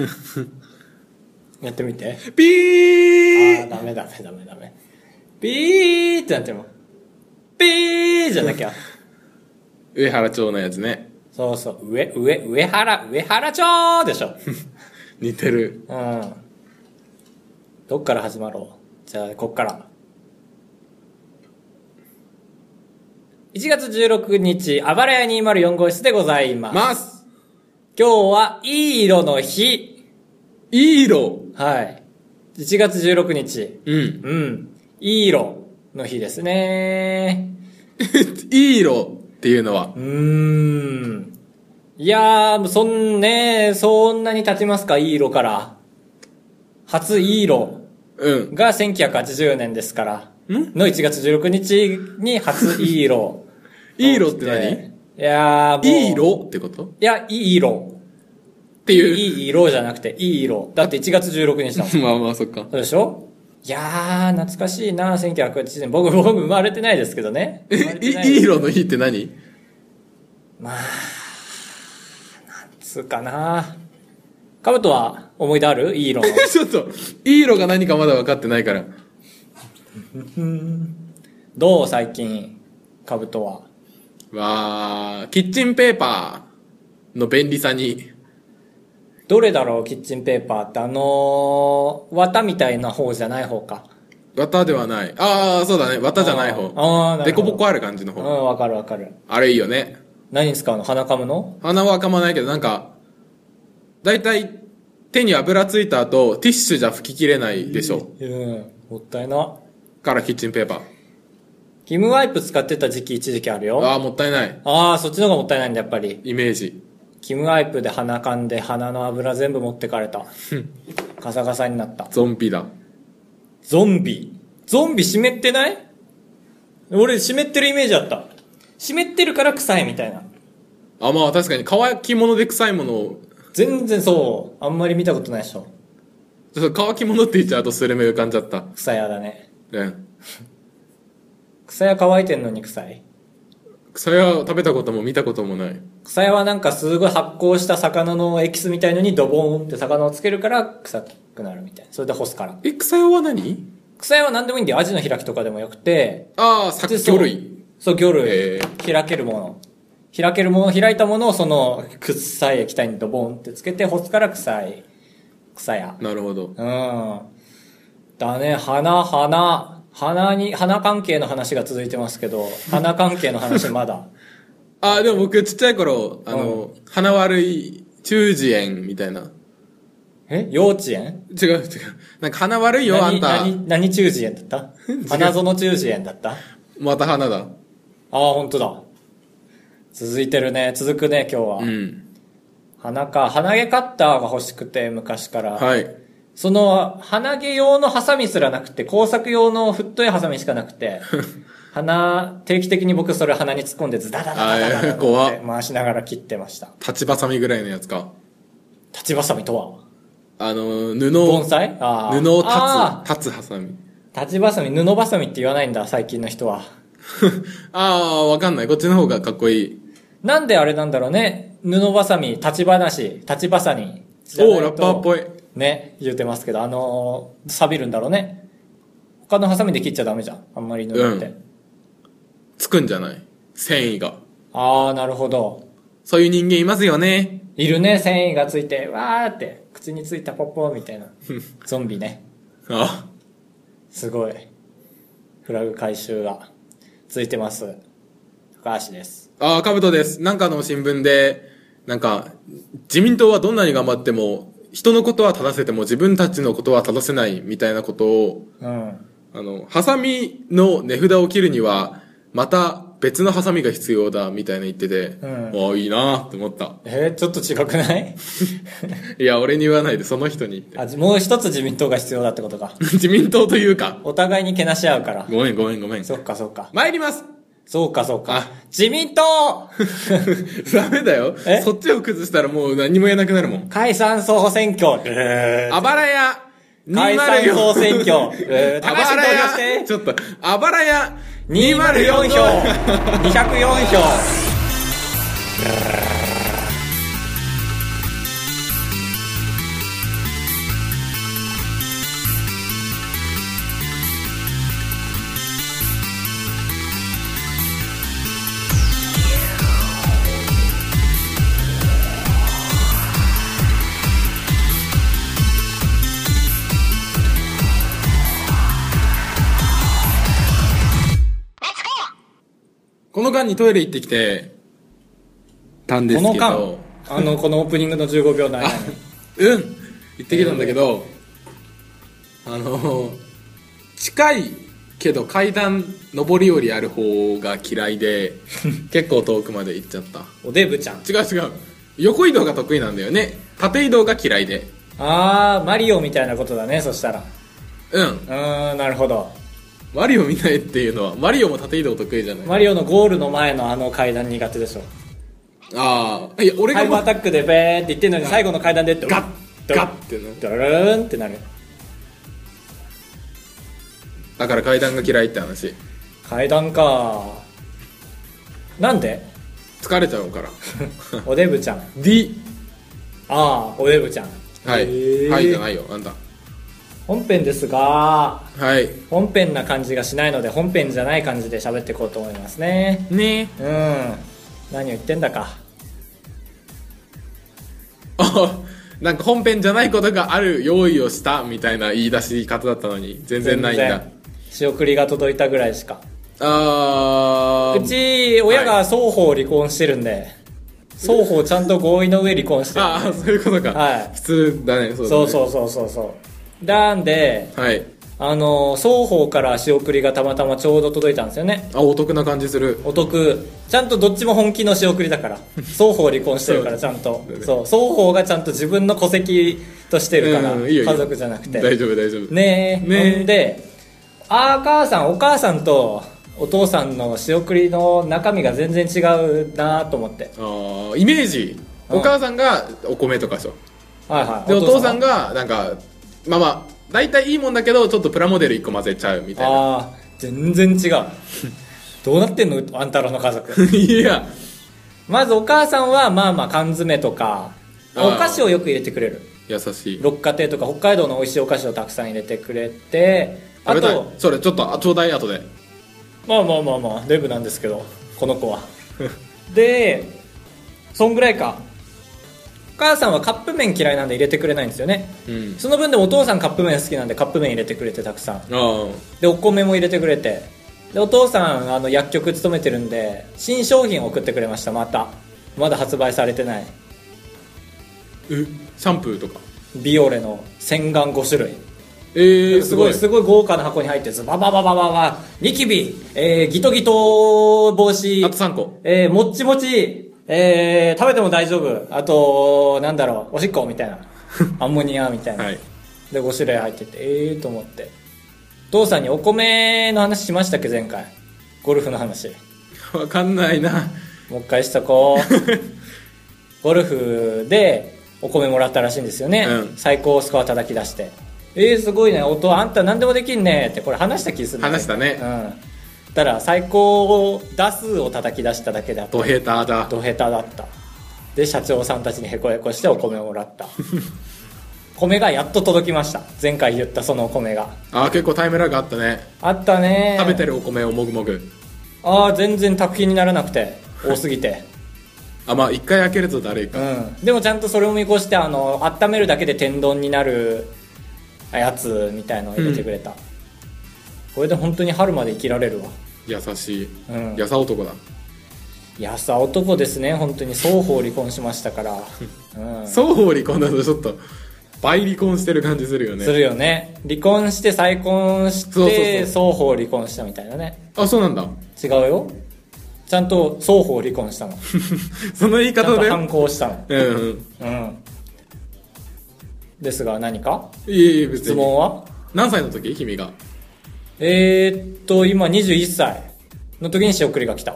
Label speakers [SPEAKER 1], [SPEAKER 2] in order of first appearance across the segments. [SPEAKER 1] やってみて
[SPEAKER 2] ピ
[SPEAKER 1] あ
[SPEAKER 2] ー
[SPEAKER 1] ーダメダメダメダメピーってなってもピーじゃなきゃ
[SPEAKER 2] 上原町のやつね
[SPEAKER 1] そうそう上上上原上原町でしょ
[SPEAKER 2] 似てる
[SPEAKER 1] うんどっから始まろうじゃあこっから1月16日、あばらや204号室でございます。
[SPEAKER 2] ます
[SPEAKER 1] 今日は、いい色の日。
[SPEAKER 2] いい色
[SPEAKER 1] はい。1月16日。
[SPEAKER 2] うん
[SPEAKER 1] うん。いい色の日ですね。
[SPEAKER 2] いい色っていうのは
[SPEAKER 1] うーん。いやー、そんね、そんなに経ちますか、いい色から。初いい色
[SPEAKER 2] うん
[SPEAKER 1] が1980年ですから。の1月16日に初いい色。
[SPEAKER 2] いい色って何
[SPEAKER 1] いやー、もう
[SPEAKER 2] いい色ってことっ
[SPEAKER 1] いや、いい色。
[SPEAKER 2] て
[SPEAKER 1] い
[SPEAKER 2] いう
[SPEAKER 1] い色じゃなくて、いい色。だって1月16日だもん。
[SPEAKER 2] まあまあそっか
[SPEAKER 1] そうでしょいやー、懐かしいな、1980年。僕、僕、生まれてないですけどね。
[SPEAKER 2] え
[SPEAKER 1] 生まれてない
[SPEAKER 2] いい色の日って何
[SPEAKER 1] まあ、なんつうかな。カブトは思い出あるいい色の。
[SPEAKER 2] ちょっといい色が何かまだ分かってないから
[SPEAKER 1] どう最近、カブトは。
[SPEAKER 2] わあキッチンペーパーの便利さに
[SPEAKER 1] どれだろう、キッチンペーパーって。あのー、綿みたいな方じゃない方か。
[SPEAKER 2] 綿ではないああそうだね綿じゃない
[SPEAKER 1] あ
[SPEAKER 2] 方
[SPEAKER 1] ーあーなる
[SPEAKER 2] で
[SPEAKER 1] ほ
[SPEAKER 2] こ
[SPEAKER 1] ど
[SPEAKER 2] ぼこある感じの
[SPEAKER 1] うん、
[SPEAKER 2] 方
[SPEAKER 1] わかるわかる。
[SPEAKER 2] あれいいよね
[SPEAKER 1] 何に使うの鼻かむの
[SPEAKER 2] 鼻はかまないけどなんか大体手に油ついた後ティッシュじゃ拭ききれないでしょ
[SPEAKER 1] うん、もったいな。
[SPEAKER 2] からキッチンペーパー
[SPEAKER 1] キムワイプ使ってた時期一時期あるよ。
[SPEAKER 2] ああもったいない
[SPEAKER 1] あー、そっちの方がもったいないんだ、やっぱり。
[SPEAKER 2] イメージ
[SPEAKER 1] キムアイプで鼻かんで鼻の油全部持ってかれた。カサカサになった。
[SPEAKER 2] ゾンビだ
[SPEAKER 1] ゾンビ。ゾンビ湿ってない俺湿ってるイメージあった。湿ってるから臭いみたいな。
[SPEAKER 2] あまあ確かに乾き物で臭いものを
[SPEAKER 1] 全然そう。あんまり見たことないでしょ。
[SPEAKER 2] ちょっと乾き物って言っちゃうとスルメ浮かんじゃった
[SPEAKER 1] 草屋だね。
[SPEAKER 2] うん
[SPEAKER 1] 草屋乾いてんのに臭い。
[SPEAKER 2] それは食べたことも見たこともない
[SPEAKER 1] 草屋はなんかすごい発酵した魚のエキスみたいのにドボーンって魚をつけるから臭くなるみたいな。それで干すから。
[SPEAKER 2] え草用は何
[SPEAKER 1] 草屋は何でもいいんだよ。アジの開きとかでもよくて、
[SPEAKER 2] ああ殺魚類
[SPEAKER 1] そう、魚
[SPEAKER 2] へ
[SPEAKER 1] 類。開けるもの。開けるもの、開いたものをその、臭い液体にドボンってつけて、干すから臭い。草や。
[SPEAKER 2] なるほど
[SPEAKER 1] うん。だね、花、花。花に、花関係の話が続いてますけど、花関係の話ま だ。
[SPEAKER 2] ああでも僕ちっちゃい頃あの、鼻悪い中耳炎みたいな
[SPEAKER 1] え幼稚園
[SPEAKER 2] 違う違うなんか鼻悪いよあ
[SPEAKER 1] 何
[SPEAKER 2] んた
[SPEAKER 1] 何、何中耳炎だった 花園中耳炎だったあ
[SPEAKER 2] また鼻だ
[SPEAKER 1] あ、本当だ。続いてるね、続くね、今日は。
[SPEAKER 2] うん
[SPEAKER 1] 花か、鼻毛カッターが欲しくて、昔から。
[SPEAKER 2] はい
[SPEAKER 1] その、鼻毛用のハサミすらなくて、工作用の太いハサミしかなく て、鼻、定期的に僕それ鼻に突っ込んでズダダダダダダダ
[SPEAKER 2] あー怖っ
[SPEAKER 1] って回しながら切ってました。
[SPEAKER 2] 立ちばさみぐらいのやつか
[SPEAKER 1] 立ちばさみとは
[SPEAKER 2] あの布を
[SPEAKER 1] 盆栽あー
[SPEAKER 2] 布を
[SPEAKER 1] あ
[SPEAKER 2] 立つ立つハサミ
[SPEAKER 1] ー立ちばさみ、布ばさみって言わないんだ、最近の人は。
[SPEAKER 2] ああーわかんないこっちの方がかっこいい
[SPEAKER 1] なんであれなんだろうね。布ばさみ、立ち話、立ちばさに。
[SPEAKER 2] おおラッパーっぽ
[SPEAKER 1] い。
[SPEAKER 2] い
[SPEAKER 1] ね、言うてますけど、あのー、錆びるんだろうね。他のハサミで切っちゃダメじゃん。あんまり布って。
[SPEAKER 2] うんつくんじゃない繊維が
[SPEAKER 1] ああ、なるほど。
[SPEAKER 2] そういう人間いますよね
[SPEAKER 1] いるね、繊維がついて、わーって、口についたポッポーみたいな。ゾンビね。
[SPEAKER 2] あ
[SPEAKER 1] すごい。フラグ回収がついてます。高橋です。
[SPEAKER 2] ああかぶとですなんかの新聞でなんか自民党はどんなに頑張っても人のことは正せても自分たちのことは正せないみたいなことを
[SPEAKER 1] うん。
[SPEAKER 2] あのハサミの値札を切るにはまた別のハサミが必要だみたいな言ってて、
[SPEAKER 1] うん
[SPEAKER 2] ああいいなって思った
[SPEAKER 1] えー、ちょっと違くない
[SPEAKER 2] いや俺に言わないでその人に言 って
[SPEAKER 1] あ、もう一つ自民党が必要だってことか。
[SPEAKER 2] 自民党というか
[SPEAKER 1] お互いにけなし合うから。
[SPEAKER 2] ごめんごめんごめん
[SPEAKER 1] そっかそっか。
[SPEAKER 2] 参ります
[SPEAKER 1] そうかそうか
[SPEAKER 2] あ。
[SPEAKER 1] 自民党
[SPEAKER 2] ダメだよ
[SPEAKER 1] え
[SPEAKER 2] そっちを崩したらもう何も言えなくなるもん
[SPEAKER 1] 解散総選挙。えー
[SPEAKER 2] あばらや
[SPEAKER 1] 解散総選挙えー
[SPEAKER 2] あば
[SPEAKER 1] 高橋
[SPEAKER 2] ら
[SPEAKER 1] 投票して
[SPEAKER 2] やちょっとあばらや
[SPEAKER 1] 204票204票
[SPEAKER 2] の間にトイレ行ってきてたんです
[SPEAKER 1] こ
[SPEAKER 2] けど
[SPEAKER 1] の間、あの、このオープニングの15秒内に。
[SPEAKER 2] うん行ってきたんだけど、あの近いけど階段上り下りある方が嫌い で結構遠くまで行っちゃった
[SPEAKER 1] おデブちゃん。
[SPEAKER 2] 違う違う横移動が得意なんだよね縦移動が嫌いで
[SPEAKER 1] あー、マリオみたいなことだね、そしたら。
[SPEAKER 2] うん
[SPEAKER 1] うーん、なるほど。
[SPEAKER 2] マリオ見ないっていうのはマリオも縦移動得意じゃない、
[SPEAKER 1] マリオのゴールの前のあの階段苦手でしょ。
[SPEAKER 2] ああいや俺
[SPEAKER 1] タ
[SPEAKER 2] が
[SPEAKER 1] イムアタックでベーって言ってんのに最後の階段でド
[SPEAKER 2] ガッ
[SPEAKER 1] ド
[SPEAKER 2] ガッって
[SPEAKER 1] ド
[SPEAKER 2] な
[SPEAKER 1] ルーンってなる。
[SPEAKER 2] だから階段が嫌いって話
[SPEAKER 1] 階段かなんで
[SPEAKER 2] 疲れちゃうから
[SPEAKER 1] おデブちゃん
[SPEAKER 2] D
[SPEAKER 1] ああおデブちゃん
[SPEAKER 2] はい、
[SPEAKER 1] へえ
[SPEAKER 2] はいじゃないよあんた
[SPEAKER 1] 本編ですが
[SPEAKER 2] はい
[SPEAKER 1] 本編な感じがしないので本編じゃない感じで喋っていこうと思いますね
[SPEAKER 2] ね
[SPEAKER 1] うん何を言ってんだか
[SPEAKER 2] あ なんか本編じゃないことがある用意をしたみたいな言い出し方だったのに全然ないんだ
[SPEAKER 1] 全仕送りが届いたぐらいしか
[SPEAKER 2] あー
[SPEAKER 1] うち親が双方離婚してるんで、双方ちゃんと合意の上離婚してる
[SPEAKER 2] ああ そういうことか、
[SPEAKER 1] はい
[SPEAKER 2] 普通だねそうだね
[SPEAKER 1] そうそうそうそうそうなんで
[SPEAKER 2] はい
[SPEAKER 1] あの双方から仕送りがたまたまちょうど届いたんですよね
[SPEAKER 2] あお得な感じする
[SPEAKER 1] お得ちゃんとどっちも本気の仕送りだ から双方離婚してるからちゃんと
[SPEAKER 2] そうだね
[SPEAKER 1] そう双方がちゃんと自分の戸籍としてるから
[SPEAKER 2] うんいいよいいよ
[SPEAKER 1] 家族じゃなく
[SPEAKER 2] 大
[SPEAKER 1] て
[SPEAKER 2] 丈夫大丈夫
[SPEAKER 1] ねえ
[SPEAKER 2] ねえ
[SPEAKER 1] ほんであー母さんお母さんとお父さんの仕送りの中身が全然違うなと思って
[SPEAKER 2] あーイメージ
[SPEAKER 1] うん
[SPEAKER 2] お母さんがお米とかでしょ
[SPEAKER 1] はいはい
[SPEAKER 2] でお父さん
[SPEAKER 1] が
[SPEAKER 2] がなんかまあまあ大体いいもんだけどちょっとプラモデル1個混ぜちゃうみたいな
[SPEAKER 1] ああ全然違うどうなってんのあんたらの家族
[SPEAKER 2] いや
[SPEAKER 1] まずお母さんはまあまあ缶詰とか
[SPEAKER 2] あー
[SPEAKER 1] お菓子をよく入れてくれる
[SPEAKER 2] 優しい
[SPEAKER 1] 六花亭とか北海道の美味しいお菓子をたくさん入れてくれてあ
[SPEAKER 2] 食べたい
[SPEAKER 1] と
[SPEAKER 2] それちょっとあちょうだい後で
[SPEAKER 1] まあまあまあまあデブなんですけどこの子は でそんぐらいかお母さんはカップ麺嫌いなんで入れてくれないんですよね
[SPEAKER 2] うん
[SPEAKER 1] その分でもお父さんカップ麺好きなんでカップ麺入れてくれてたくさん
[SPEAKER 2] あ
[SPEAKER 1] でお米も入れてくれてでお父さんあの薬局勤めてるんで新商品を送ってくれましたまたまだ発売されてない
[SPEAKER 2] ーえシャンプーとか
[SPEAKER 1] ビオレの洗顔5種類
[SPEAKER 2] えー、
[SPEAKER 1] す
[SPEAKER 2] す
[SPEAKER 1] ご
[SPEAKER 2] ご
[SPEAKER 1] い
[SPEAKER 2] い
[SPEAKER 1] すごい豪華な箱に入ってズババババババニキビ、えー、ギトギト防止
[SPEAKER 2] あと3個
[SPEAKER 1] えー、もっちもち、えー、食べても大丈夫あとなんだろうおしっこみた いなアンモニアみたいな、
[SPEAKER 2] はい
[SPEAKER 1] で5種類入っててええー、と思って父さんにお米の話しましたっけ前回ゴルフの話
[SPEAKER 2] わかんないな
[SPEAKER 1] もう一回しとこう ゴルフでお米もらったらしいんですよね、
[SPEAKER 2] うん
[SPEAKER 1] 最高スコア叩き出して「えー、すごいね音あんた何でもできんね」ってこれ話した気するんだけど
[SPEAKER 2] 話したね
[SPEAKER 1] うんたら最高打数を叩き出しただけだと
[SPEAKER 2] ドヘターだ
[SPEAKER 1] ド下手だったで社長さんたちにへこへこしてお米をもらった 米がやっと届きました前回言ったそのお米が
[SPEAKER 2] あー結構タイムラグあったね
[SPEAKER 1] あったね
[SPEAKER 2] 食べてるお米をもぐもぐ
[SPEAKER 1] ああ全然作品にならなくて多すぎ て
[SPEAKER 2] あまあ一回開けるとだるいか
[SPEAKER 1] うん、でもちゃんとそれを見越してあの温めるだけで天丼になるやつみたいのを入れてくれた、これで本当に春まで生きられるわ
[SPEAKER 2] 優しい
[SPEAKER 1] うん
[SPEAKER 2] 優男だ
[SPEAKER 1] いやさ男ですね本当に双方離婚しました から、うん、
[SPEAKER 2] 双方離婚だとちょっと倍離婚してる感じするよ
[SPEAKER 1] す
[SPEAKER 2] ね
[SPEAKER 1] るよね離婚して再婚して
[SPEAKER 2] そうそう
[SPEAKER 1] 双方離婚したみたいなね
[SPEAKER 2] あそうなんだ
[SPEAKER 1] 違うよちゃんと双方離婚したのち
[SPEAKER 2] その言い
[SPEAKER 1] ゃん
[SPEAKER 2] 方
[SPEAKER 1] と
[SPEAKER 2] で
[SPEAKER 1] 反抗したの
[SPEAKER 2] うんうん
[SPEAKER 1] うんですが何か
[SPEAKER 2] いえいえ別
[SPEAKER 1] 質
[SPEAKER 2] に
[SPEAKER 1] 問は
[SPEAKER 2] 何歳の時君が
[SPEAKER 1] えー、っと、今21歳の時に仕送りが来た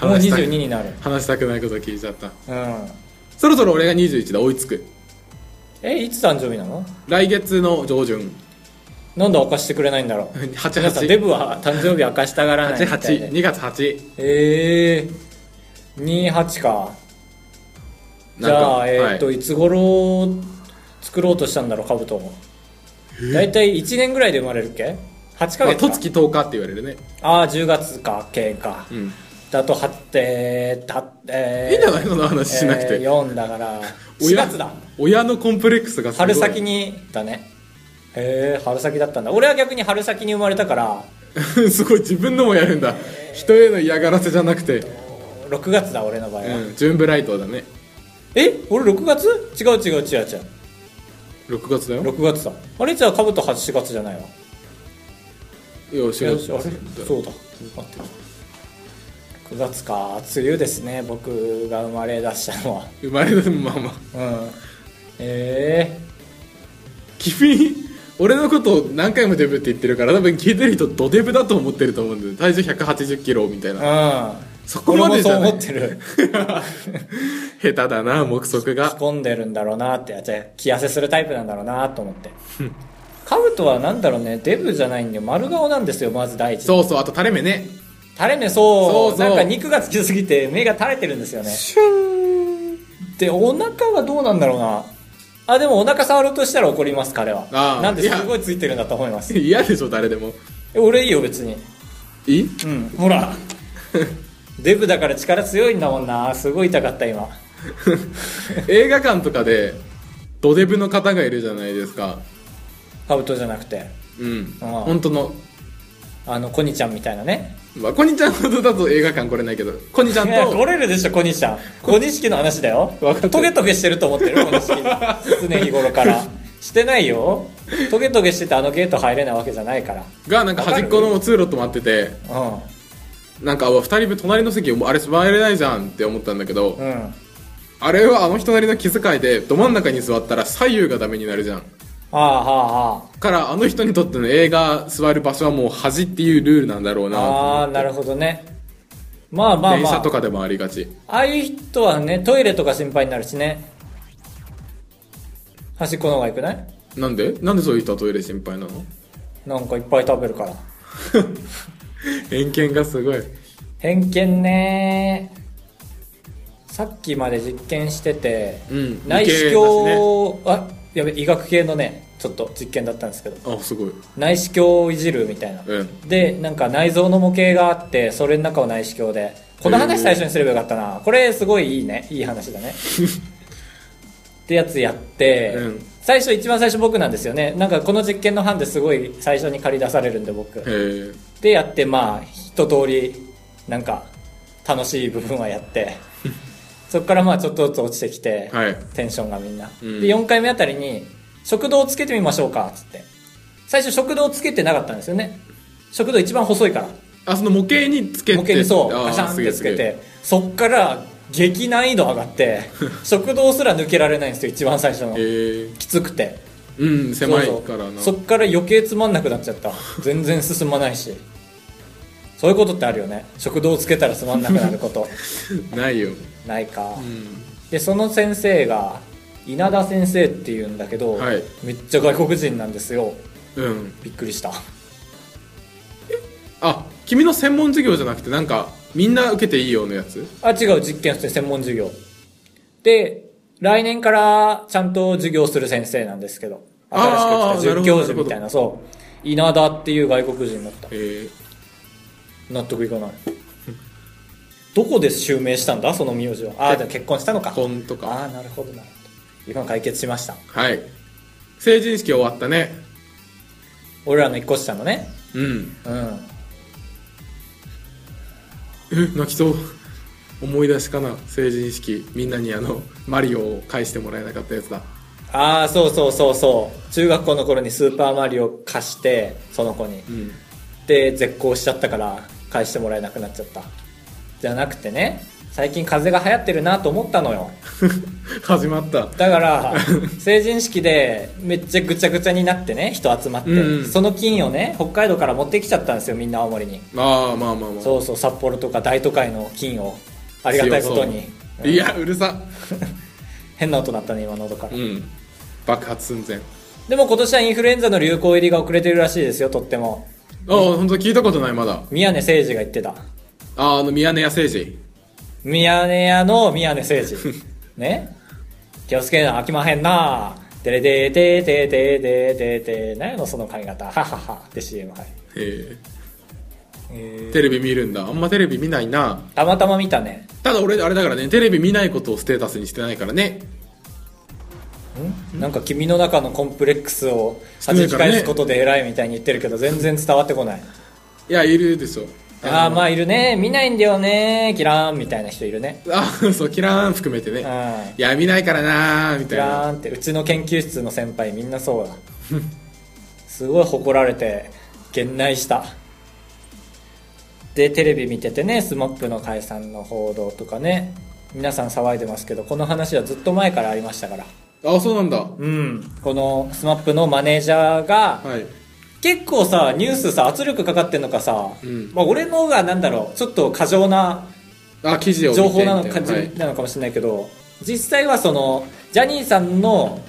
[SPEAKER 1] わ。もう
[SPEAKER 2] したく
[SPEAKER 1] 22になる。
[SPEAKER 2] 話したくないこと聞いちゃった
[SPEAKER 1] うん。
[SPEAKER 2] そろそろ俺が21だ追いつく
[SPEAKER 1] え、いつ誕生日なの
[SPEAKER 2] 来月の上旬
[SPEAKER 1] なんで明かしてくれないんだ ろう。皆さん、デ
[SPEAKER 2] 8888
[SPEAKER 1] ブは誕生日明かしたがらないみたいで。
[SPEAKER 2] 2月8
[SPEAKER 1] えー、28か。じ
[SPEAKER 2] なん
[SPEAKER 1] ゃ
[SPEAKER 2] か
[SPEAKER 1] あ、えーっと、、
[SPEAKER 2] はい
[SPEAKER 1] つ頃作ろうとしたんだろう、カブトも。だいたい1年ぐらいで生まれるっけ ?8 ヶ
[SPEAKER 2] まあ
[SPEAKER 1] 月
[SPEAKER 2] と
[SPEAKER 1] か
[SPEAKER 2] つ。き10日って言われるね
[SPEAKER 1] ああ、10月か、系か。
[SPEAKER 2] うん
[SPEAKER 1] だと、はって、たえー
[SPEAKER 2] いいんじゃないその話しなくて、
[SPEAKER 1] えー4だ から4
[SPEAKER 2] 親
[SPEAKER 1] 月だ
[SPEAKER 2] 親のコンプレックスがすごい
[SPEAKER 1] 春先にだねへえ春先だったんだ俺は逆に春先に生まれたから
[SPEAKER 2] すごい自分のもやるんだ人への嫌がらせじゃなくて、
[SPEAKER 1] 6月だ俺の場合は、
[SPEAKER 2] うん、ジューンブライトだね
[SPEAKER 1] え俺6月違う違う違う違う
[SPEAKER 2] 6月だよ
[SPEAKER 1] 6月だあれじゃあかぶと8月じゃないわ
[SPEAKER 2] いや4
[SPEAKER 1] いやあれ
[SPEAKER 2] 月
[SPEAKER 1] そうだ待って9月か梅雨ですね僕が生まれ出したのは
[SPEAKER 2] 生まれたまあまあ
[SPEAKER 1] うんえ
[SPEAKER 2] 君俺のことを何回もデブって言ってるから多分聞いてる人ドデブだと思ってると思うんだよ体重1 8 0キロみたい
[SPEAKER 1] え
[SPEAKER 2] な
[SPEAKER 1] うん
[SPEAKER 2] そこまでじゃない
[SPEAKER 1] 俺もそう思ってる
[SPEAKER 2] 下手だな目測
[SPEAKER 1] 着
[SPEAKER 2] が
[SPEAKER 1] 込んでるんだろうなってあじゃあ着痩せするタイプなんだろうなと思ってカブトはなんだろうねデブじゃないんで丸顔なんですよまず第一
[SPEAKER 2] そうそうあと垂れ目ね
[SPEAKER 1] 垂れ目そう
[SPEAKER 2] そうそう
[SPEAKER 1] なんか肉がつきすぎて目が垂れてるんですよね
[SPEAKER 2] シューン
[SPEAKER 1] でお腹はどうなんだろうなあでもお腹触ろうとしたら怒ります彼は
[SPEAKER 2] あー
[SPEAKER 1] なんですごいついてるんだと思います
[SPEAKER 2] 嫌でしょ誰でも
[SPEAKER 1] え俺いいよ別に
[SPEAKER 2] い い
[SPEAKER 1] うんほらデブだから力強いんだもんなすごい痛かった今
[SPEAKER 2] 映画館とかでドデブの方がいるじゃないですか
[SPEAKER 1] カブトじゃなくて
[SPEAKER 2] うん
[SPEAKER 1] ああ
[SPEAKER 2] 本当の
[SPEAKER 1] あのコニちゃんみたいなね
[SPEAKER 2] まあコニちゃんほどだと映画館来れないけどコニちゃん
[SPEAKER 1] いや
[SPEAKER 2] と
[SPEAKER 1] 取れるでしょ小西 さん小錦の話だよ
[SPEAKER 2] わかってる
[SPEAKER 1] トゲトゲしてると思って る小錦常日頃からしてないよトゲトゲしててあのゲート入れないわけじゃないから
[SPEAKER 2] がなんか端っこの通路止まってて
[SPEAKER 1] う
[SPEAKER 2] なんか2人分隣の席あれ座れないじゃんって思ったんだけど、
[SPEAKER 1] んうん
[SPEAKER 2] あれはあの人なりの気遣いでど真ん中に座ったら左右がダメになるじゃん
[SPEAKER 1] ああは
[SPEAKER 2] からあの人にとっての映画座る場所はもう端っていうルールなんだろう
[SPEAKER 1] あはああ
[SPEAKER 2] な
[SPEAKER 1] あーなるほどねまあまあ
[SPEAKER 2] 電
[SPEAKER 1] ま
[SPEAKER 2] 車
[SPEAKER 1] あ
[SPEAKER 2] とかでもありがち
[SPEAKER 1] ああいう人はねトイレとか心配になるしね端っこの方がよくない
[SPEAKER 2] なんでなんでそういう人はトイレ心配なの
[SPEAKER 1] なんかいっぱい食べるから
[SPEAKER 2] 偏見がすごい
[SPEAKER 1] 偏見ねさっきまで実験してて、
[SPEAKER 2] うん
[SPEAKER 1] 内視
[SPEAKER 2] 理系
[SPEAKER 1] 鏡、あやべ医学系のねちょっと実験だったんですけど
[SPEAKER 2] あすごい
[SPEAKER 1] 内視鏡をいじるみたいな、
[SPEAKER 2] うん
[SPEAKER 1] でなんか内臓の模型があってそれの中を内視鏡でこの話最初にすればよかったな、これすごいいいねいい話だ ねってやつやって、
[SPEAKER 2] うん
[SPEAKER 1] 最初一番最初僕なんですよねなんかこの実験の班ですごい最初に借り出されるんで僕
[SPEAKER 2] へえ
[SPEAKER 1] でやってまあ一通りなんか楽しい部分はやって そこからまあちょっとずつ落ちてきて、
[SPEAKER 2] はい
[SPEAKER 1] テンションがみんな、
[SPEAKER 2] うん
[SPEAKER 1] で4回目あたりに食堂をつけてみましょうかっつって最初食堂をつけてなかったんですよね食堂一番細いから
[SPEAKER 2] あその模型につけて
[SPEAKER 1] 模型にそう
[SPEAKER 2] あー
[SPEAKER 1] ガシャンっ
[SPEAKER 2] すげえ
[SPEAKER 1] て
[SPEAKER 2] す
[SPEAKER 1] つ
[SPEAKER 2] げえ
[SPEAKER 1] けてそっから激難易度上がって 食堂すら抜けられないんですよ一番最初の
[SPEAKER 2] へえ
[SPEAKER 1] きつくて
[SPEAKER 2] うん狭い
[SPEAKER 1] そう
[SPEAKER 2] からな
[SPEAKER 1] そうそっから余計つまんなくなっちゃった全然進まないしそういうことってあるよね食堂つけたらつまんなくなること
[SPEAKER 2] ないよ、
[SPEAKER 1] ないか
[SPEAKER 2] うん、
[SPEAKER 1] でその先生が稲田先生っていうんだけど、
[SPEAKER 2] はい
[SPEAKER 1] めっちゃ外国人なんですよ
[SPEAKER 2] うん
[SPEAKER 1] びっくりした
[SPEAKER 2] あ君の専門授業じゃなくてなんかみんな受けていいよのやつ
[SPEAKER 1] あ違う実験室で専門授業で来年からちゃんと授業する先生なんですけど新しく来
[SPEAKER 2] あー
[SPEAKER 1] た准教授みたい
[SPEAKER 2] な
[SPEAKER 1] なそう稲田っていう外国人だった
[SPEAKER 2] えー、
[SPEAKER 1] 納得いかないどこで襲名したんだその名字はああでも結婚したのか
[SPEAKER 2] 婚とか
[SPEAKER 1] ああなるほどなるほど今解決しました
[SPEAKER 2] はい成人式終わったね
[SPEAKER 1] 俺らの一個下のね
[SPEAKER 2] うん
[SPEAKER 1] うん
[SPEAKER 2] え泣きそう思い出しかな成人式みんなにあのマリオを返してもらえなかったやつだ
[SPEAKER 1] ああそうそうそうそう中学校の頃に「スーパーマリオ」貸してその子に
[SPEAKER 2] うん
[SPEAKER 1] で絶交しちゃったから返してもらえなくなっちゃったじゃなくてね最近風邪が流行ってるなと思ったのよ
[SPEAKER 2] 始まった
[SPEAKER 1] だから 成人式でめっちゃぐちゃぐちゃになってね人集まって、
[SPEAKER 2] うんうん
[SPEAKER 1] その金をね北海道から持ってきちゃったんですよみんな青森に
[SPEAKER 2] ああまあまあまあ
[SPEAKER 1] そうそう札幌とか大都会の金をありがたいことに
[SPEAKER 2] 強そう
[SPEAKER 1] うん
[SPEAKER 2] いやうるさ
[SPEAKER 1] 変な音だったね今喉から、
[SPEAKER 2] うん爆発寸前あ
[SPEAKER 1] でも今年はインフルエンザの流行入りが遅れてるらしいですよとっても
[SPEAKER 2] あ本当聞いたことないまだ
[SPEAKER 1] 宮根誠司が言ってた
[SPEAKER 2] あーあの宮根屋誠司
[SPEAKER 1] 宮根屋の宮根誠 司ね気をつけなあきまへんなてれてーてーてーてーてーてーてー何やのその髪型はははって CM はい、
[SPEAKER 2] え
[SPEAKER 1] え
[SPEAKER 2] ー
[SPEAKER 1] ー
[SPEAKER 2] テレビ見るんだあんまテレビ見ないな
[SPEAKER 1] たまたま見たね
[SPEAKER 2] ただ俺あれだからねテレビ見ないことをステータスにしてないからね
[SPEAKER 1] なんか君の中のコンプレックスを
[SPEAKER 2] 少
[SPEAKER 1] 弾
[SPEAKER 2] ない
[SPEAKER 1] き
[SPEAKER 2] からね
[SPEAKER 1] 返すことで偉いみたいに言ってるけど全然伝わってこない
[SPEAKER 2] いやいるですよ
[SPEAKER 1] ああま
[SPEAKER 2] あ
[SPEAKER 1] あいるね見ないんだよねキラーンみたいな人いる ね
[SPEAKER 2] あ そうキラーン含めてね
[SPEAKER 1] うん
[SPEAKER 2] いや見ないからなーみた
[SPEAKER 1] キ
[SPEAKER 2] いな
[SPEAKER 1] ラーンってうちの研究室の先輩みんなそうだすごい誇られて源内したでテレビ見ててね SMAP の解散の報道とかね皆さん騒いでますけどこの話はずっと前からありましたから
[SPEAKER 2] あそうなんだは
[SPEAKER 1] うんこの SMAP のマネージャーが
[SPEAKER 2] い
[SPEAKER 1] 結構さニュースさ圧力かかってんのかさ、
[SPEAKER 2] うん
[SPEAKER 1] まあ、俺のがなんだろうちょっと過剰な
[SPEAKER 2] あ記事を見て
[SPEAKER 1] 情報なの
[SPEAKER 2] み
[SPEAKER 1] か,、
[SPEAKER 2] たいはい
[SPEAKER 1] なのかもしれないけど実際はそのジャニーさんの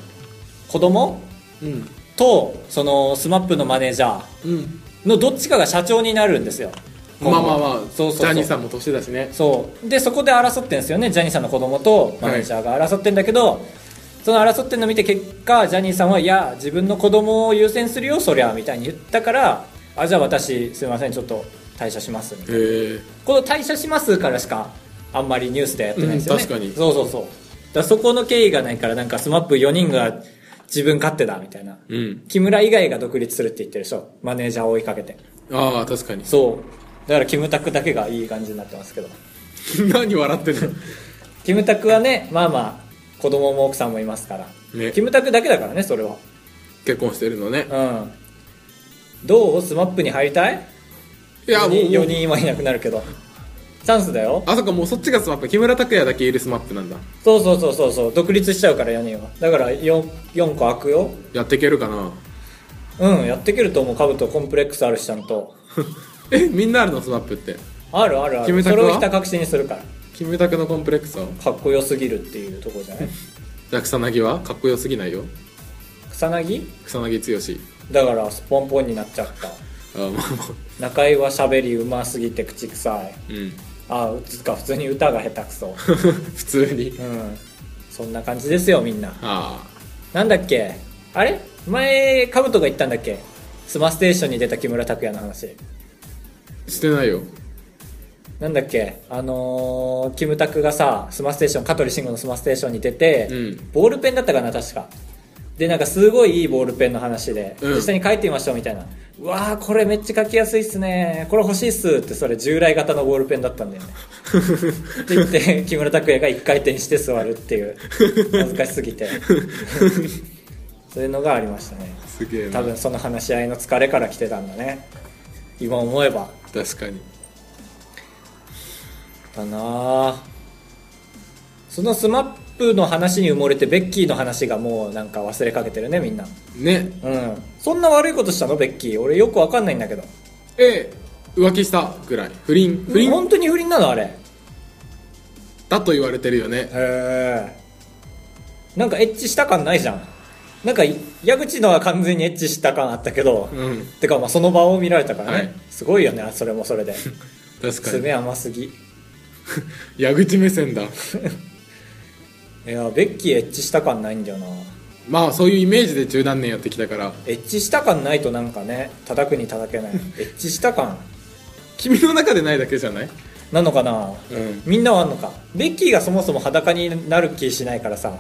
[SPEAKER 1] 子供
[SPEAKER 2] うん
[SPEAKER 1] とその SMAP のマネージャ
[SPEAKER 2] うん
[SPEAKER 1] ーのどっちかが社長になるんですよ
[SPEAKER 2] まあまあまあ
[SPEAKER 1] そうそうそう
[SPEAKER 2] ジャニーさんも年だしね
[SPEAKER 1] そうでそこで争ってんですよねジャニーさんの子供とマネージャーが争ってんだけど、その争ってんの見て結果ジャニーさんはいや自分の子供を優先するよそりゃみたいに言ったからあじゃあ私すいませんちょっと退社しますみたいな
[SPEAKER 2] へえ
[SPEAKER 1] この退社しますからしかあんまりニュースではやってないですよね、
[SPEAKER 2] うん確かに
[SPEAKER 1] そうそうそうだからそこの経緯がないからなんか SMAP4 人が自分勝手だみたいな
[SPEAKER 2] うん
[SPEAKER 1] 木村以外が独立するって言ってるでしょマネージャーを追いかけて
[SPEAKER 2] ああ確かに
[SPEAKER 1] そうだからキムタクだけがいい感じになってますけど
[SPEAKER 2] 何笑ってんの
[SPEAKER 1] キムタクはねまあまあ子供も奥さんもいますから、
[SPEAKER 2] ね
[SPEAKER 1] キムタクだけだからねそれは
[SPEAKER 2] 結婚してるのね
[SPEAKER 1] うんどう ?SMAP に入りたい
[SPEAKER 2] いやもう
[SPEAKER 1] ?4 人 ,4 人今いなくなるけどチャンスだよ
[SPEAKER 2] あそっかもうそっちがスマップ木村拓哉だけいるスマップなんだ
[SPEAKER 1] そうそうそうそうそう独立しちゃうから4人はだから 4, 4個開くよ
[SPEAKER 2] やっていけるかな
[SPEAKER 1] うんやっていけると思うカブとコンプレックスあるしちゃんと
[SPEAKER 2] えみんなあるのスマップって
[SPEAKER 1] あるあるあ
[SPEAKER 2] キ
[SPEAKER 1] る
[SPEAKER 2] ムタ
[SPEAKER 1] そ
[SPEAKER 2] ク
[SPEAKER 1] れ
[SPEAKER 2] は
[SPEAKER 1] をひた隠しにするから
[SPEAKER 2] キムタクのコンプレックスを
[SPEAKER 1] かっこよすぎるっていうところじゃない
[SPEAKER 2] じゃあ草薙はかっこよすぎないよ
[SPEAKER 1] 草薙
[SPEAKER 2] 草薙剛
[SPEAKER 1] だからスポンポンになっちゃった
[SPEAKER 2] あまあまあ
[SPEAKER 1] 中居は喋りうますぎて口臭い
[SPEAKER 2] うん
[SPEAKER 1] あうつか普通に歌が下手くそ
[SPEAKER 2] 普通に
[SPEAKER 1] うんそんな感じですよみんな
[SPEAKER 2] あ
[SPEAKER 1] なんだっけあれ前カブトが言ったんだっけスマステーションに出た木村拓哉の話
[SPEAKER 2] あしてないよ
[SPEAKER 1] なんだっけあのー、キムタクがさ、スマステーション、香取慎吾のスマステーションに出て、
[SPEAKER 2] うん
[SPEAKER 1] ボールペンだったかな、確か。で、なんかすごいいいボールペンの話で、
[SPEAKER 2] うん
[SPEAKER 1] 実際に書いてみましょうみたいな。うわー、これめっちゃ書きやすいっすね。これ欲しいっすって、それ従来型のボールペンだったんだ よね。って言って、木村拓哉が一回転して座るっていう、恥ずかしすぎて。そういうのがありましたね。
[SPEAKER 2] すげえな
[SPEAKER 1] 多分その話し合いの疲れから来てたんだね。今思えば。
[SPEAKER 2] 確かに
[SPEAKER 1] だなぁそのスマップの話に埋もれてベッキーの話がもうなんか忘れかけてるねみんな
[SPEAKER 2] ね
[SPEAKER 1] うんそんな悪いことしたのベッキー俺よくわかんないんだけど
[SPEAKER 2] え浮気したぐらい不倫不倫
[SPEAKER 1] 本当に不倫なのあれへ
[SPEAKER 2] だと言われてるよね
[SPEAKER 1] えなんかエッチした感ないじゃんなんか矢口のは完全にエッチした感あったけど、
[SPEAKER 2] うん
[SPEAKER 1] てかまあその場を見られたからね、
[SPEAKER 2] はい
[SPEAKER 1] すごいよねそれもそれで
[SPEAKER 2] 確かに
[SPEAKER 1] 爪甘すぎい
[SPEAKER 2] 矢口目線だ
[SPEAKER 1] やベッキーエッチした感ないんだよな
[SPEAKER 2] まあそういうイメージで十何年やってきたから
[SPEAKER 1] エッチした感ないとなんかね叩くに叩けないエッチした感
[SPEAKER 2] 君の中でないだけじゃない
[SPEAKER 1] なのかな
[SPEAKER 2] うん
[SPEAKER 1] みんなはあんのかベッキーがそもそも裸になる気しないからさ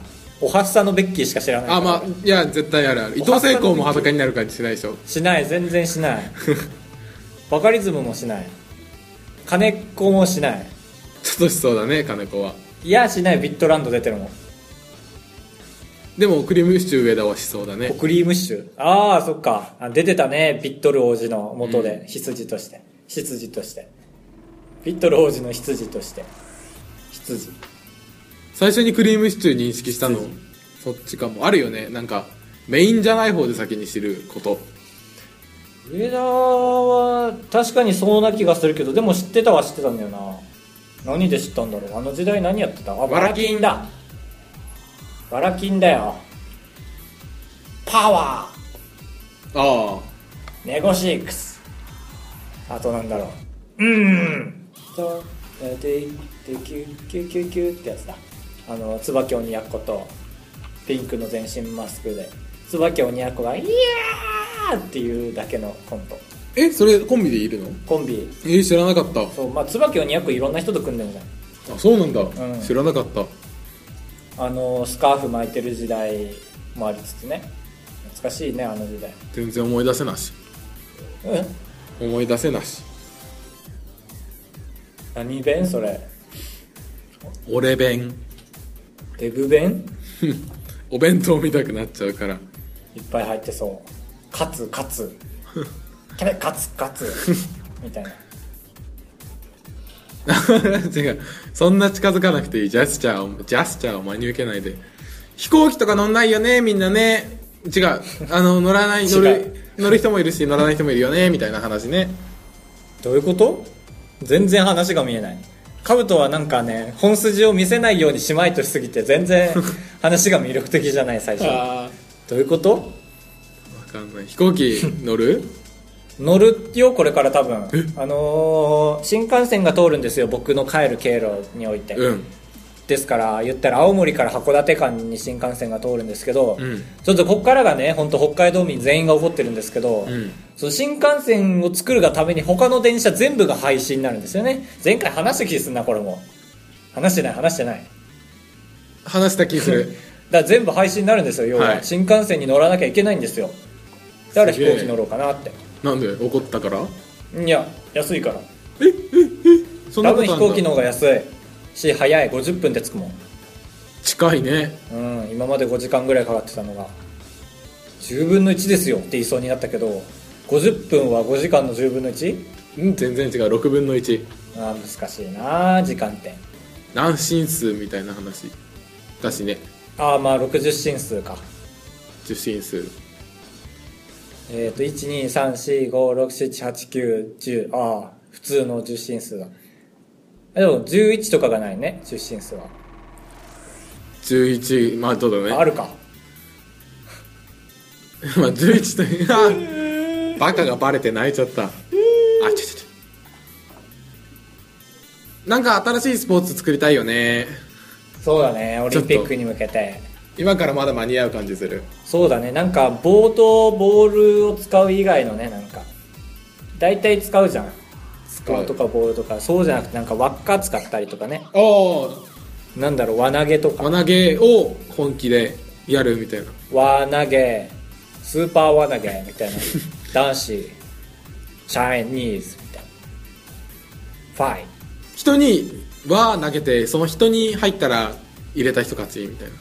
[SPEAKER 1] おはっさのベッキーしか知らないから
[SPEAKER 2] あまあいや絶対あるある伊藤聖子も裸になる感じしないでしょ
[SPEAKER 1] しない全然しない バカリズムもしない金っ子もしない
[SPEAKER 2] ちょっとしそうだね金子はい
[SPEAKER 1] やしないビットランド出てるもん
[SPEAKER 2] でもクリームシチュー上田はしそうだね
[SPEAKER 1] クリームシチューああそっかあ出てたねビットル王子の元で、羊として羊としてビットル王子の羊として羊
[SPEAKER 2] 最初にクリームシチュー認識したのそっちかもあるよねなんかメインじゃない方で先に知ること
[SPEAKER 1] 上田は確かにそうな気がするけどでも知ってたは知ってたんだよな何で知ったんだろうあの時代何やってたあ
[SPEAKER 2] わらきん
[SPEAKER 1] だわらきんだよパワ
[SPEAKER 2] ああ
[SPEAKER 1] ーネゴシックスあとなんだろううんとえーででキュキュキュキュってやつだあの椿鬼奴とピンクの全身マスクで椿鬼奴が「イヤー!」っていうだけのコント
[SPEAKER 2] えそれコンビでいるの
[SPEAKER 1] コンビ
[SPEAKER 2] えー知らなかった
[SPEAKER 1] そうまあ椿鬼奴いろんな人と組んでるじゃん
[SPEAKER 2] あそうなんだ、
[SPEAKER 1] うん
[SPEAKER 2] 知らなかった
[SPEAKER 1] あのスカーフ巻いてる時代もありつつね懐かしいねあの時代
[SPEAKER 2] 全然思い出せなし
[SPEAKER 1] うん
[SPEAKER 2] 思い出せなし
[SPEAKER 1] 何弁それ
[SPEAKER 2] 俺弁
[SPEAKER 1] デブ弁
[SPEAKER 2] お弁当見たくなっちゃうから
[SPEAKER 1] いっぱい入ってそうカツカ ツキャレカツカ ツみたいな
[SPEAKER 2] 違うそんな近づかなくていいジャスチャーをジャスチャーを真に受けないで飛行機とか乗んないよねみんなね違うあの乗らない乗
[SPEAKER 1] 違
[SPEAKER 2] る
[SPEAKER 1] う
[SPEAKER 2] 乗る人もいるし乗らない人もいるよねみたいな話ね
[SPEAKER 1] どういうこと全然話が見えないカブトはなんかね本筋を見せないようにしまいとしすぎて全然話が魅力的じゃない最 初
[SPEAKER 2] あ
[SPEAKER 1] どういうこと
[SPEAKER 2] 分かんない飛行機 乗る
[SPEAKER 1] 乗るよこれから多分あのー新幹線が通るんですよ僕の帰る経路において、
[SPEAKER 2] うん
[SPEAKER 1] ですから言ったら青森から函館間に新幹線が通るんですけど、
[SPEAKER 2] うん
[SPEAKER 1] ちょっとここからがね本当北海道民全員が怒ってるんですけど、
[SPEAKER 2] うん
[SPEAKER 1] その新幹線を作るがために他の電車全部が廃止になるんですよね前回話した気すんなこれも話してない話してない
[SPEAKER 2] 話した気 する
[SPEAKER 1] だから全部廃止になるんですよ要は、
[SPEAKER 2] はい
[SPEAKER 1] 新幹線に乗らなきゃいけないんですよだから飛
[SPEAKER 2] すげえ
[SPEAKER 1] 行機乗ろうかなって
[SPEAKER 2] なんで怒ったから
[SPEAKER 1] いや安いから
[SPEAKER 2] そんな
[SPEAKER 1] 多
[SPEAKER 2] こ
[SPEAKER 1] 分
[SPEAKER 2] と
[SPEAKER 1] 飛
[SPEAKER 2] あんだ
[SPEAKER 1] 行機の方が安いし早い50分で着くもん
[SPEAKER 2] 近いね
[SPEAKER 1] うん今まで5時間ぐらいかかってたのが10分の1ですよって言いそうになったけど50分は5時間の10分の 1?
[SPEAKER 2] うん全然違う6分の1
[SPEAKER 1] あー難しいな時間点
[SPEAKER 2] 何進数みたいな話だしね
[SPEAKER 1] ああまあ60進数か
[SPEAKER 2] 10進数
[SPEAKER 1] えっ、ー、と12345678910ああ普通の10進数だあでも11とかがないね10進数は
[SPEAKER 2] 11まあどうだね
[SPEAKER 1] ああるか
[SPEAKER 2] まあ11というあバカがバレて泣いちゃったあちょちょちょなんか新しいスポーツ作りたいよね
[SPEAKER 1] そうだねオリンピ
[SPEAKER 2] ちょ
[SPEAKER 1] ッ
[SPEAKER 2] っと
[SPEAKER 1] クに向けて
[SPEAKER 2] 今からまだ間に合う感じする
[SPEAKER 1] そうだねなんか棒とボールを使う以外のねなんか大体使うじゃん
[SPEAKER 2] 使
[SPEAKER 1] 棒とかボールとかそうじゃなくてなんか輪っか使ったりとかね
[SPEAKER 2] おお
[SPEAKER 1] なんだろう輪投げとか
[SPEAKER 2] 輪投げを本気でやるみたいな
[SPEAKER 1] 輪投げスーパー輪投げみたいな男子チャイニーズみたいなファイ
[SPEAKER 2] 人に輪投げてその人に入ったら入れた人勝ちみたいな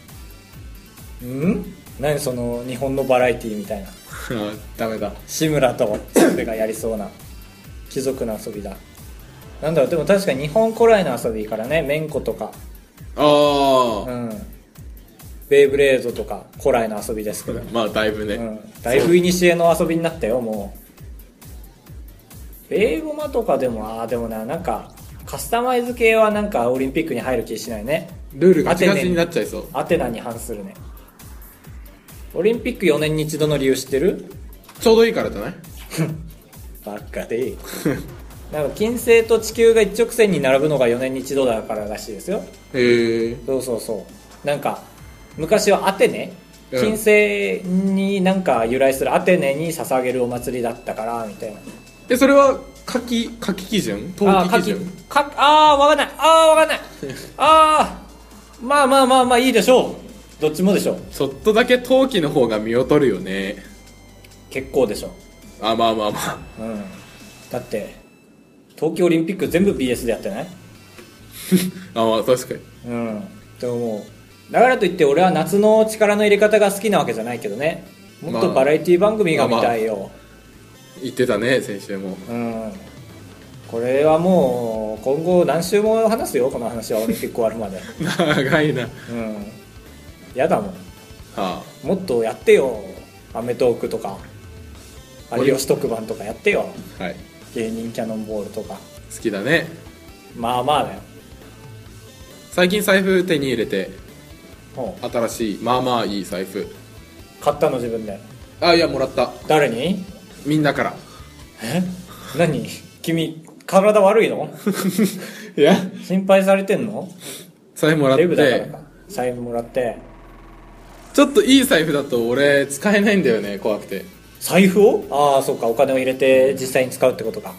[SPEAKER 1] うん何その日本のバラエティーみたいな
[SPEAKER 2] あ ダメだ
[SPEAKER 1] 志村と鶴瓶がやりそうな貴族の遊びだなんだろうでも確かに日本古来の遊びからねめんことか
[SPEAKER 2] あー
[SPEAKER 1] うんベイブレードとか古来の遊びですけど
[SPEAKER 2] まあだいぶね、
[SPEAKER 1] うん、だいぶいにしえの遊びになったよもう英語マとかでもああでもななんかカスタマイズ系はなんかオリンピックに入る気しないね
[SPEAKER 2] ルールがチガチになっちゃいそう
[SPEAKER 1] アテナに反するねオリンピック4年に一度の理由知ってる
[SPEAKER 2] ちょうどいいからじゃない
[SPEAKER 1] ばっかでなんか金星と地球が一直線に並ぶのが4年に一度だかららしいですよ
[SPEAKER 2] へえ
[SPEAKER 1] そうそうそうなんか昔はアテネ
[SPEAKER 2] うん
[SPEAKER 1] 金星になんか由来するアテネに捧げるお祭りだったからみたいな
[SPEAKER 2] えそれは夏季夏季基準
[SPEAKER 1] あ
[SPEAKER 2] 冬
[SPEAKER 1] ー
[SPEAKER 2] 季
[SPEAKER 1] 牡
[SPEAKER 2] 基準
[SPEAKER 1] 蠣かあーわかんないあーわかん ないあーまあまあまあまあいいでしょうどっちもでしょう
[SPEAKER 2] ちょっとだけ冬季の方が見劣るよね
[SPEAKER 1] 結構でしょ
[SPEAKER 2] あまあまあまあ
[SPEAKER 1] う、うん、だって東京オリンピック全部 BS でやってない
[SPEAKER 2] あまあ確かに
[SPEAKER 1] うんでももうだからといって俺は夏の力の入れ方が好きなわけじゃないけどねもっと
[SPEAKER 2] まあ
[SPEAKER 1] バラエティ番組が見たいよ、
[SPEAKER 2] 言ってたね先週も
[SPEAKER 1] うんこれはもう今後何週も話すよこの話はオリンピック終わるまで
[SPEAKER 2] 長いな
[SPEAKER 1] うんやだもん
[SPEAKER 2] あ
[SPEAKER 1] もっとやってよ『アメトーーク』とか『有吉特番』とかやってよ
[SPEAKER 2] あはい
[SPEAKER 1] 芸人キャノンボールとか
[SPEAKER 2] 好きだね
[SPEAKER 1] まあまあだよ
[SPEAKER 2] 最近財布手に入れて
[SPEAKER 1] も
[SPEAKER 2] 新しいまあまあいい財布
[SPEAKER 1] う買ったの自分で
[SPEAKER 2] あいやもらった
[SPEAKER 1] 誰に
[SPEAKER 2] みんなから
[SPEAKER 1] え何君体悪いの
[SPEAKER 2] いや
[SPEAKER 1] 心配されてんの
[SPEAKER 2] 財布もらっ
[SPEAKER 1] デブだから
[SPEAKER 2] て
[SPEAKER 1] か財布もらって
[SPEAKER 2] ちょっといい財布だと俺使えないんだよね怖くて
[SPEAKER 1] 財布をああそうかお金を入れて実際に使うってことか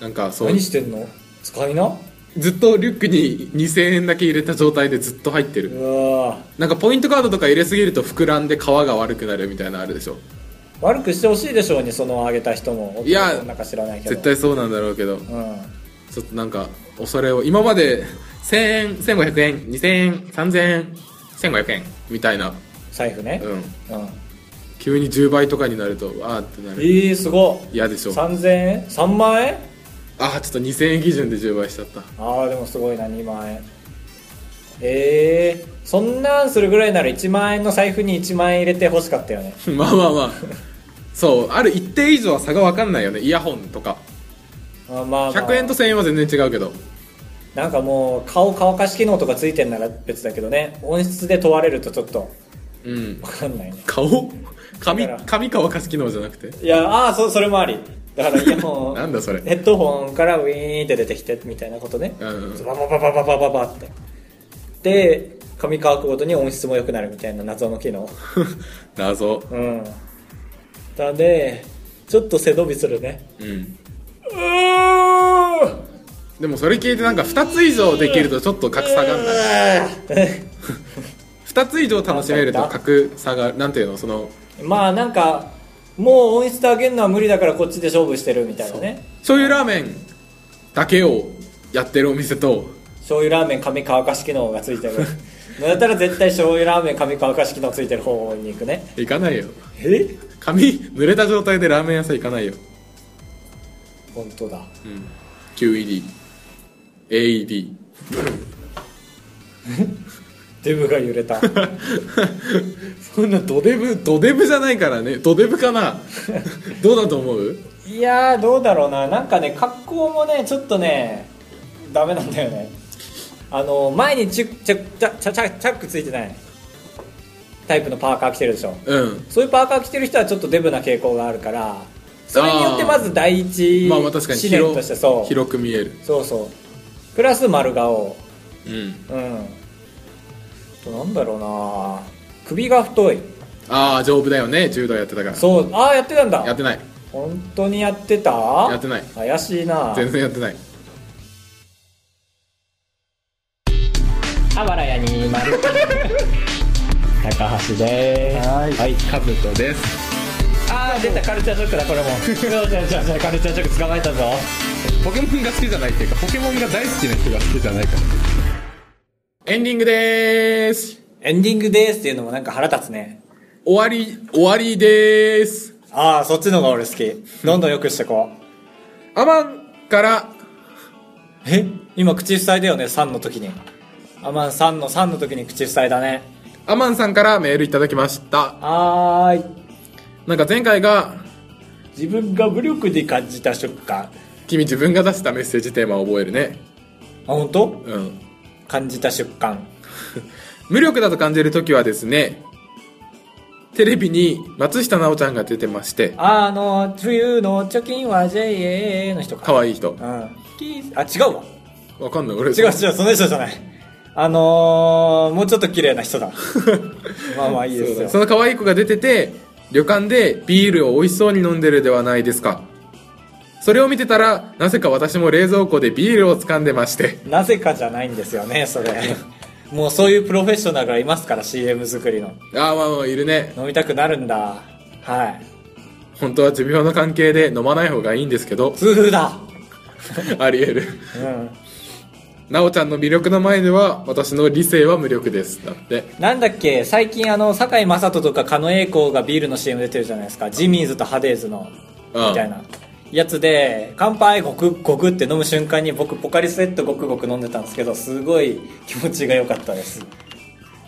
[SPEAKER 2] なんかそう
[SPEAKER 1] 何してんの使いな
[SPEAKER 2] ずっとリュックに2000円だけ入れた状態でずっと入ってる
[SPEAKER 1] うわー
[SPEAKER 2] なんかポイントカードとか入れすぎると膨らんで皮が悪くなるみたいなのあるでしょ
[SPEAKER 1] 悪くしてほしいでしょうにそのあげた人も
[SPEAKER 2] いや
[SPEAKER 1] なんか知らないけど
[SPEAKER 2] 絶対そうなんだろうけ
[SPEAKER 1] う
[SPEAKER 2] ど
[SPEAKER 1] ん
[SPEAKER 2] ちょっとなんか恐れを今まで1000円1500円2000円3000円1500円みたいな
[SPEAKER 1] 財布ね
[SPEAKER 2] うん
[SPEAKER 1] うん、
[SPEAKER 2] 急に10倍とかになるとわーってなる
[SPEAKER 1] ええすごい
[SPEAKER 2] 嫌でしょ
[SPEAKER 1] 3000円3万円
[SPEAKER 2] ああちょっと2000円基準で10倍しちゃった
[SPEAKER 1] ああでもすごいな2万円ええそんなんするぐらいなら1万円の財布に1万円入れて欲しかったよね
[SPEAKER 2] まあまあまあそうある一定以上は差が分かんないよねイヤホンとか
[SPEAKER 1] あまあ、まあ、
[SPEAKER 2] 100円と1000円は全然違うけど
[SPEAKER 1] なんかもう顔乾かし機能とかついてんなら別だけどね音質で問われるとちょっと
[SPEAKER 2] う
[SPEAKER 1] 分
[SPEAKER 2] ん
[SPEAKER 1] かんないね
[SPEAKER 2] 顔髪
[SPEAKER 1] だから
[SPEAKER 2] 髪乾かす機能じゃなくて
[SPEAKER 1] いやああそそれもありだからイヤホン
[SPEAKER 2] なんだそれ
[SPEAKER 1] ヘッドホンからウィーンって出てきてみたいなことね、
[SPEAKER 2] うん
[SPEAKER 1] ババババババババってで髪乾くごとに音質も良くなるみたいな謎の機能
[SPEAKER 2] 謎
[SPEAKER 1] うんだねちょっと背伸びするね
[SPEAKER 2] うん
[SPEAKER 1] うー
[SPEAKER 2] でもそれ聞いてなんか2つ以上できるとちょっと格差があるな2つ以上楽しめると格差がなんていうのその
[SPEAKER 1] まあなんかもう音質上げるのは無理だからこっちで勝負してるみたいなね
[SPEAKER 2] 醤油ラーメンだけをやってるお店と
[SPEAKER 1] 醤油ラーメン髪乾かし機能がついてるだったら絶対醤油ラーメン髪乾かし機能ついてる方に行くね
[SPEAKER 2] 行かないよ
[SPEAKER 1] え
[SPEAKER 2] 髪濡れた状態でラーメン屋さん行かないよ
[SPEAKER 1] 本当だ
[SPEAKER 2] うん QEDAED
[SPEAKER 1] デブが揺れた
[SPEAKER 2] そんなドデブドデブじゃないからねドデブ かなどうだと思う
[SPEAKER 1] いやーどうだろうななんかね格好もねちょっとねダメなんだよねあの前にチュチュチャチャチャチャックついてないタイプのパーカー着てるでしょ
[SPEAKER 2] うん
[SPEAKER 1] そういうパーカー着てる人はちょっとデブな傾向があるからそれによってまず第一
[SPEAKER 2] まあまあ確かに
[SPEAKER 1] 試練としてそう
[SPEAKER 2] 広広く見える
[SPEAKER 1] そうそうプラス丸顔
[SPEAKER 2] うん
[SPEAKER 1] うんあとなんだろうな首が太い
[SPEAKER 2] ああ丈夫だよね柔道やってたから
[SPEAKER 1] そうああやってたん
[SPEAKER 2] や
[SPEAKER 1] だ
[SPEAKER 2] ってない
[SPEAKER 1] 本当にやってた
[SPEAKER 2] やってない
[SPEAKER 1] 怪しいな
[SPEAKER 2] 全然やってない
[SPEAKER 1] あばらやにま る高橋です
[SPEAKER 3] はい
[SPEAKER 1] はい
[SPEAKER 2] カブトです
[SPEAKER 1] ああ出たカルチャーショックだこ れも違う違う違う違うカルチャーショック捕まえたぞ
[SPEAKER 2] ポケモンが好きじゃないっていうかポケモンが大好きな人が好きじゃないからエンディングでーす
[SPEAKER 1] エンディングですっていうのもなんか腹立つね
[SPEAKER 2] 終わり終わりでーす
[SPEAKER 1] ああそっちのが俺好きどんどんよくしてこう
[SPEAKER 2] アマンから
[SPEAKER 1] え今口塞いだよね3の時にあまあ3の3の時に口塞いだね
[SPEAKER 2] アマンさんからメールいただきました
[SPEAKER 1] はーい
[SPEAKER 2] なんか前回が
[SPEAKER 1] 自分が無力で感じた瞬間あ
[SPEAKER 2] 君自分が出したメッセージテーマを覚えるね
[SPEAKER 1] 本当
[SPEAKER 2] うん
[SPEAKER 1] 感じた瞬間
[SPEAKER 2] 無力だと感じる時はですねテレビに松下奈緒ちゃんが出てまして
[SPEAKER 1] あの冬の貯金は JA の人か
[SPEAKER 2] 可愛い人
[SPEAKER 1] うんキースあ違うわ
[SPEAKER 2] わかんない俺
[SPEAKER 1] 違う違うその人じゃないあのー、もうちょっと綺麗な人だまあまあいいですよ
[SPEAKER 2] その可愛い子が出てて旅館でビールを美味しそうに飲んでるではないですかそれを見てたらなぜか私も冷蔵庫でビールを掴んでまして
[SPEAKER 1] なぜかじゃないんですよねそれもうそういうプロフェッショナルがいますから CM 作りの
[SPEAKER 2] ああまあまあいるね
[SPEAKER 1] 飲みたくなるんだはい
[SPEAKER 2] 本当は持病の関係で飲まない方がいいんです けど
[SPEAKER 1] 痛風だ
[SPEAKER 2] ありえる
[SPEAKER 1] うん
[SPEAKER 2] 奈緒ちゃんの魅力の前では私の理性は無力ですだって
[SPEAKER 1] なんだっけ最近あの堺雅人とか狩野英孝がビールの CM 出てるじゃないですかジミーズとハデーズの
[SPEAKER 2] うん
[SPEAKER 1] みたいなやつで乾杯ゴクゴクって飲む瞬間に僕ポカリスエットゴクゴク飲んでたんですけどすごい気持ちが良かったです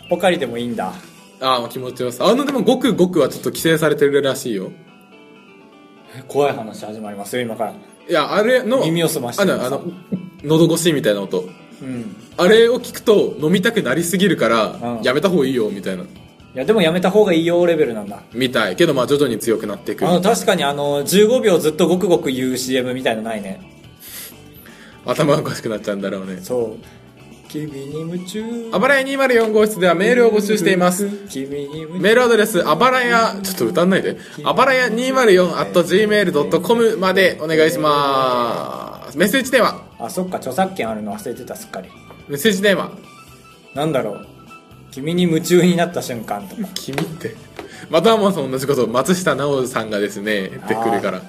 [SPEAKER 1] ポカリでもいいんだ
[SPEAKER 2] ああ気持ちよさあのでもごくごくはちょっと規制されてるらしいよ
[SPEAKER 1] 怖い話始まりますよ今から
[SPEAKER 2] いやあれの
[SPEAKER 1] 耳を澄まして
[SPEAKER 2] あ
[SPEAKER 1] く
[SPEAKER 2] の
[SPEAKER 1] ださい
[SPEAKER 2] あの喉越しみたいな音
[SPEAKER 1] うん
[SPEAKER 2] あれを聞くと飲みたくなりすぎるから
[SPEAKER 1] うん
[SPEAKER 2] やめた方がいいよみたいない
[SPEAKER 1] やでもやめた方がいいよレベルなんだ
[SPEAKER 2] みたいけどまあ徐々に強くなっていく
[SPEAKER 1] あの確かにあの15秒ずっとゴクゴク言う CM みたいのないね
[SPEAKER 2] 頭がおかしくなっちゃうんだろうね
[SPEAKER 1] そう君に夢中
[SPEAKER 2] あばらや204号室ではメールを募集しています
[SPEAKER 1] 君に夢中
[SPEAKER 2] メールアドレスあばらやちょっと歌んないであばらや 204.gmail.com までお願いしますメッセージテーマ
[SPEAKER 1] あそっか著作権あるの忘れてたすっかり
[SPEAKER 2] メッセージテーマ
[SPEAKER 1] なんだろう君に夢中になった瞬間とか
[SPEAKER 2] 君ってまたも同じこと松下奈緒さんがですね言ってくるから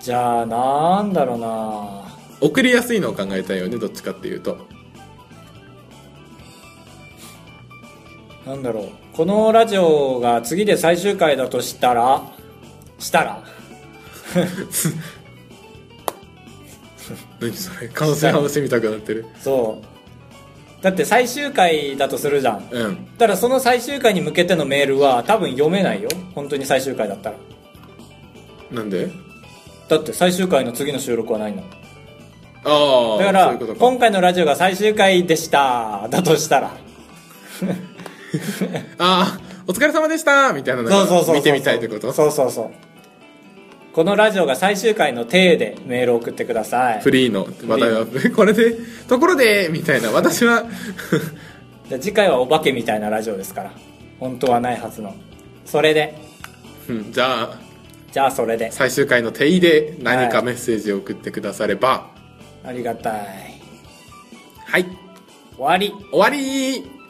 [SPEAKER 1] じゃあなんだろうな
[SPEAKER 2] 送りやすいのを考えたいよねどっちかっていうと
[SPEAKER 1] なんだろうこのラジオが次で最終回だとしたらしたら
[SPEAKER 2] 何それ感性話みたくなってる
[SPEAKER 1] そうだって最終回だとするじゃん
[SPEAKER 2] うん
[SPEAKER 1] ただその最終回に向けてのメールは多分読めないよ本当に最終回だったら
[SPEAKER 2] なんで
[SPEAKER 1] だって最終回の次の収録はないの
[SPEAKER 2] ああ
[SPEAKER 1] だから
[SPEAKER 2] そういうことか
[SPEAKER 1] 今回のラジオが最終回でしただとしたら
[SPEAKER 2] ああお疲れ様でしたみたいなの
[SPEAKER 1] そうそうそうそう
[SPEAKER 2] が見てみたいってこと
[SPEAKER 1] そうそうそうこのラジオが最終回の体でメールを送ってください
[SPEAKER 2] フリーの話題は これでところでみたいな私は
[SPEAKER 1] じゃあ次回はお化けみたいなラジオですから本当はないはずのそれで
[SPEAKER 2] うんじゃあ
[SPEAKER 1] じゃあそれで
[SPEAKER 2] 最終回の手入で何
[SPEAKER 1] は
[SPEAKER 2] か
[SPEAKER 1] い
[SPEAKER 2] メッセージを送ってくだされば
[SPEAKER 1] ありがたい
[SPEAKER 2] はい、
[SPEAKER 1] 終わり
[SPEAKER 2] 終わり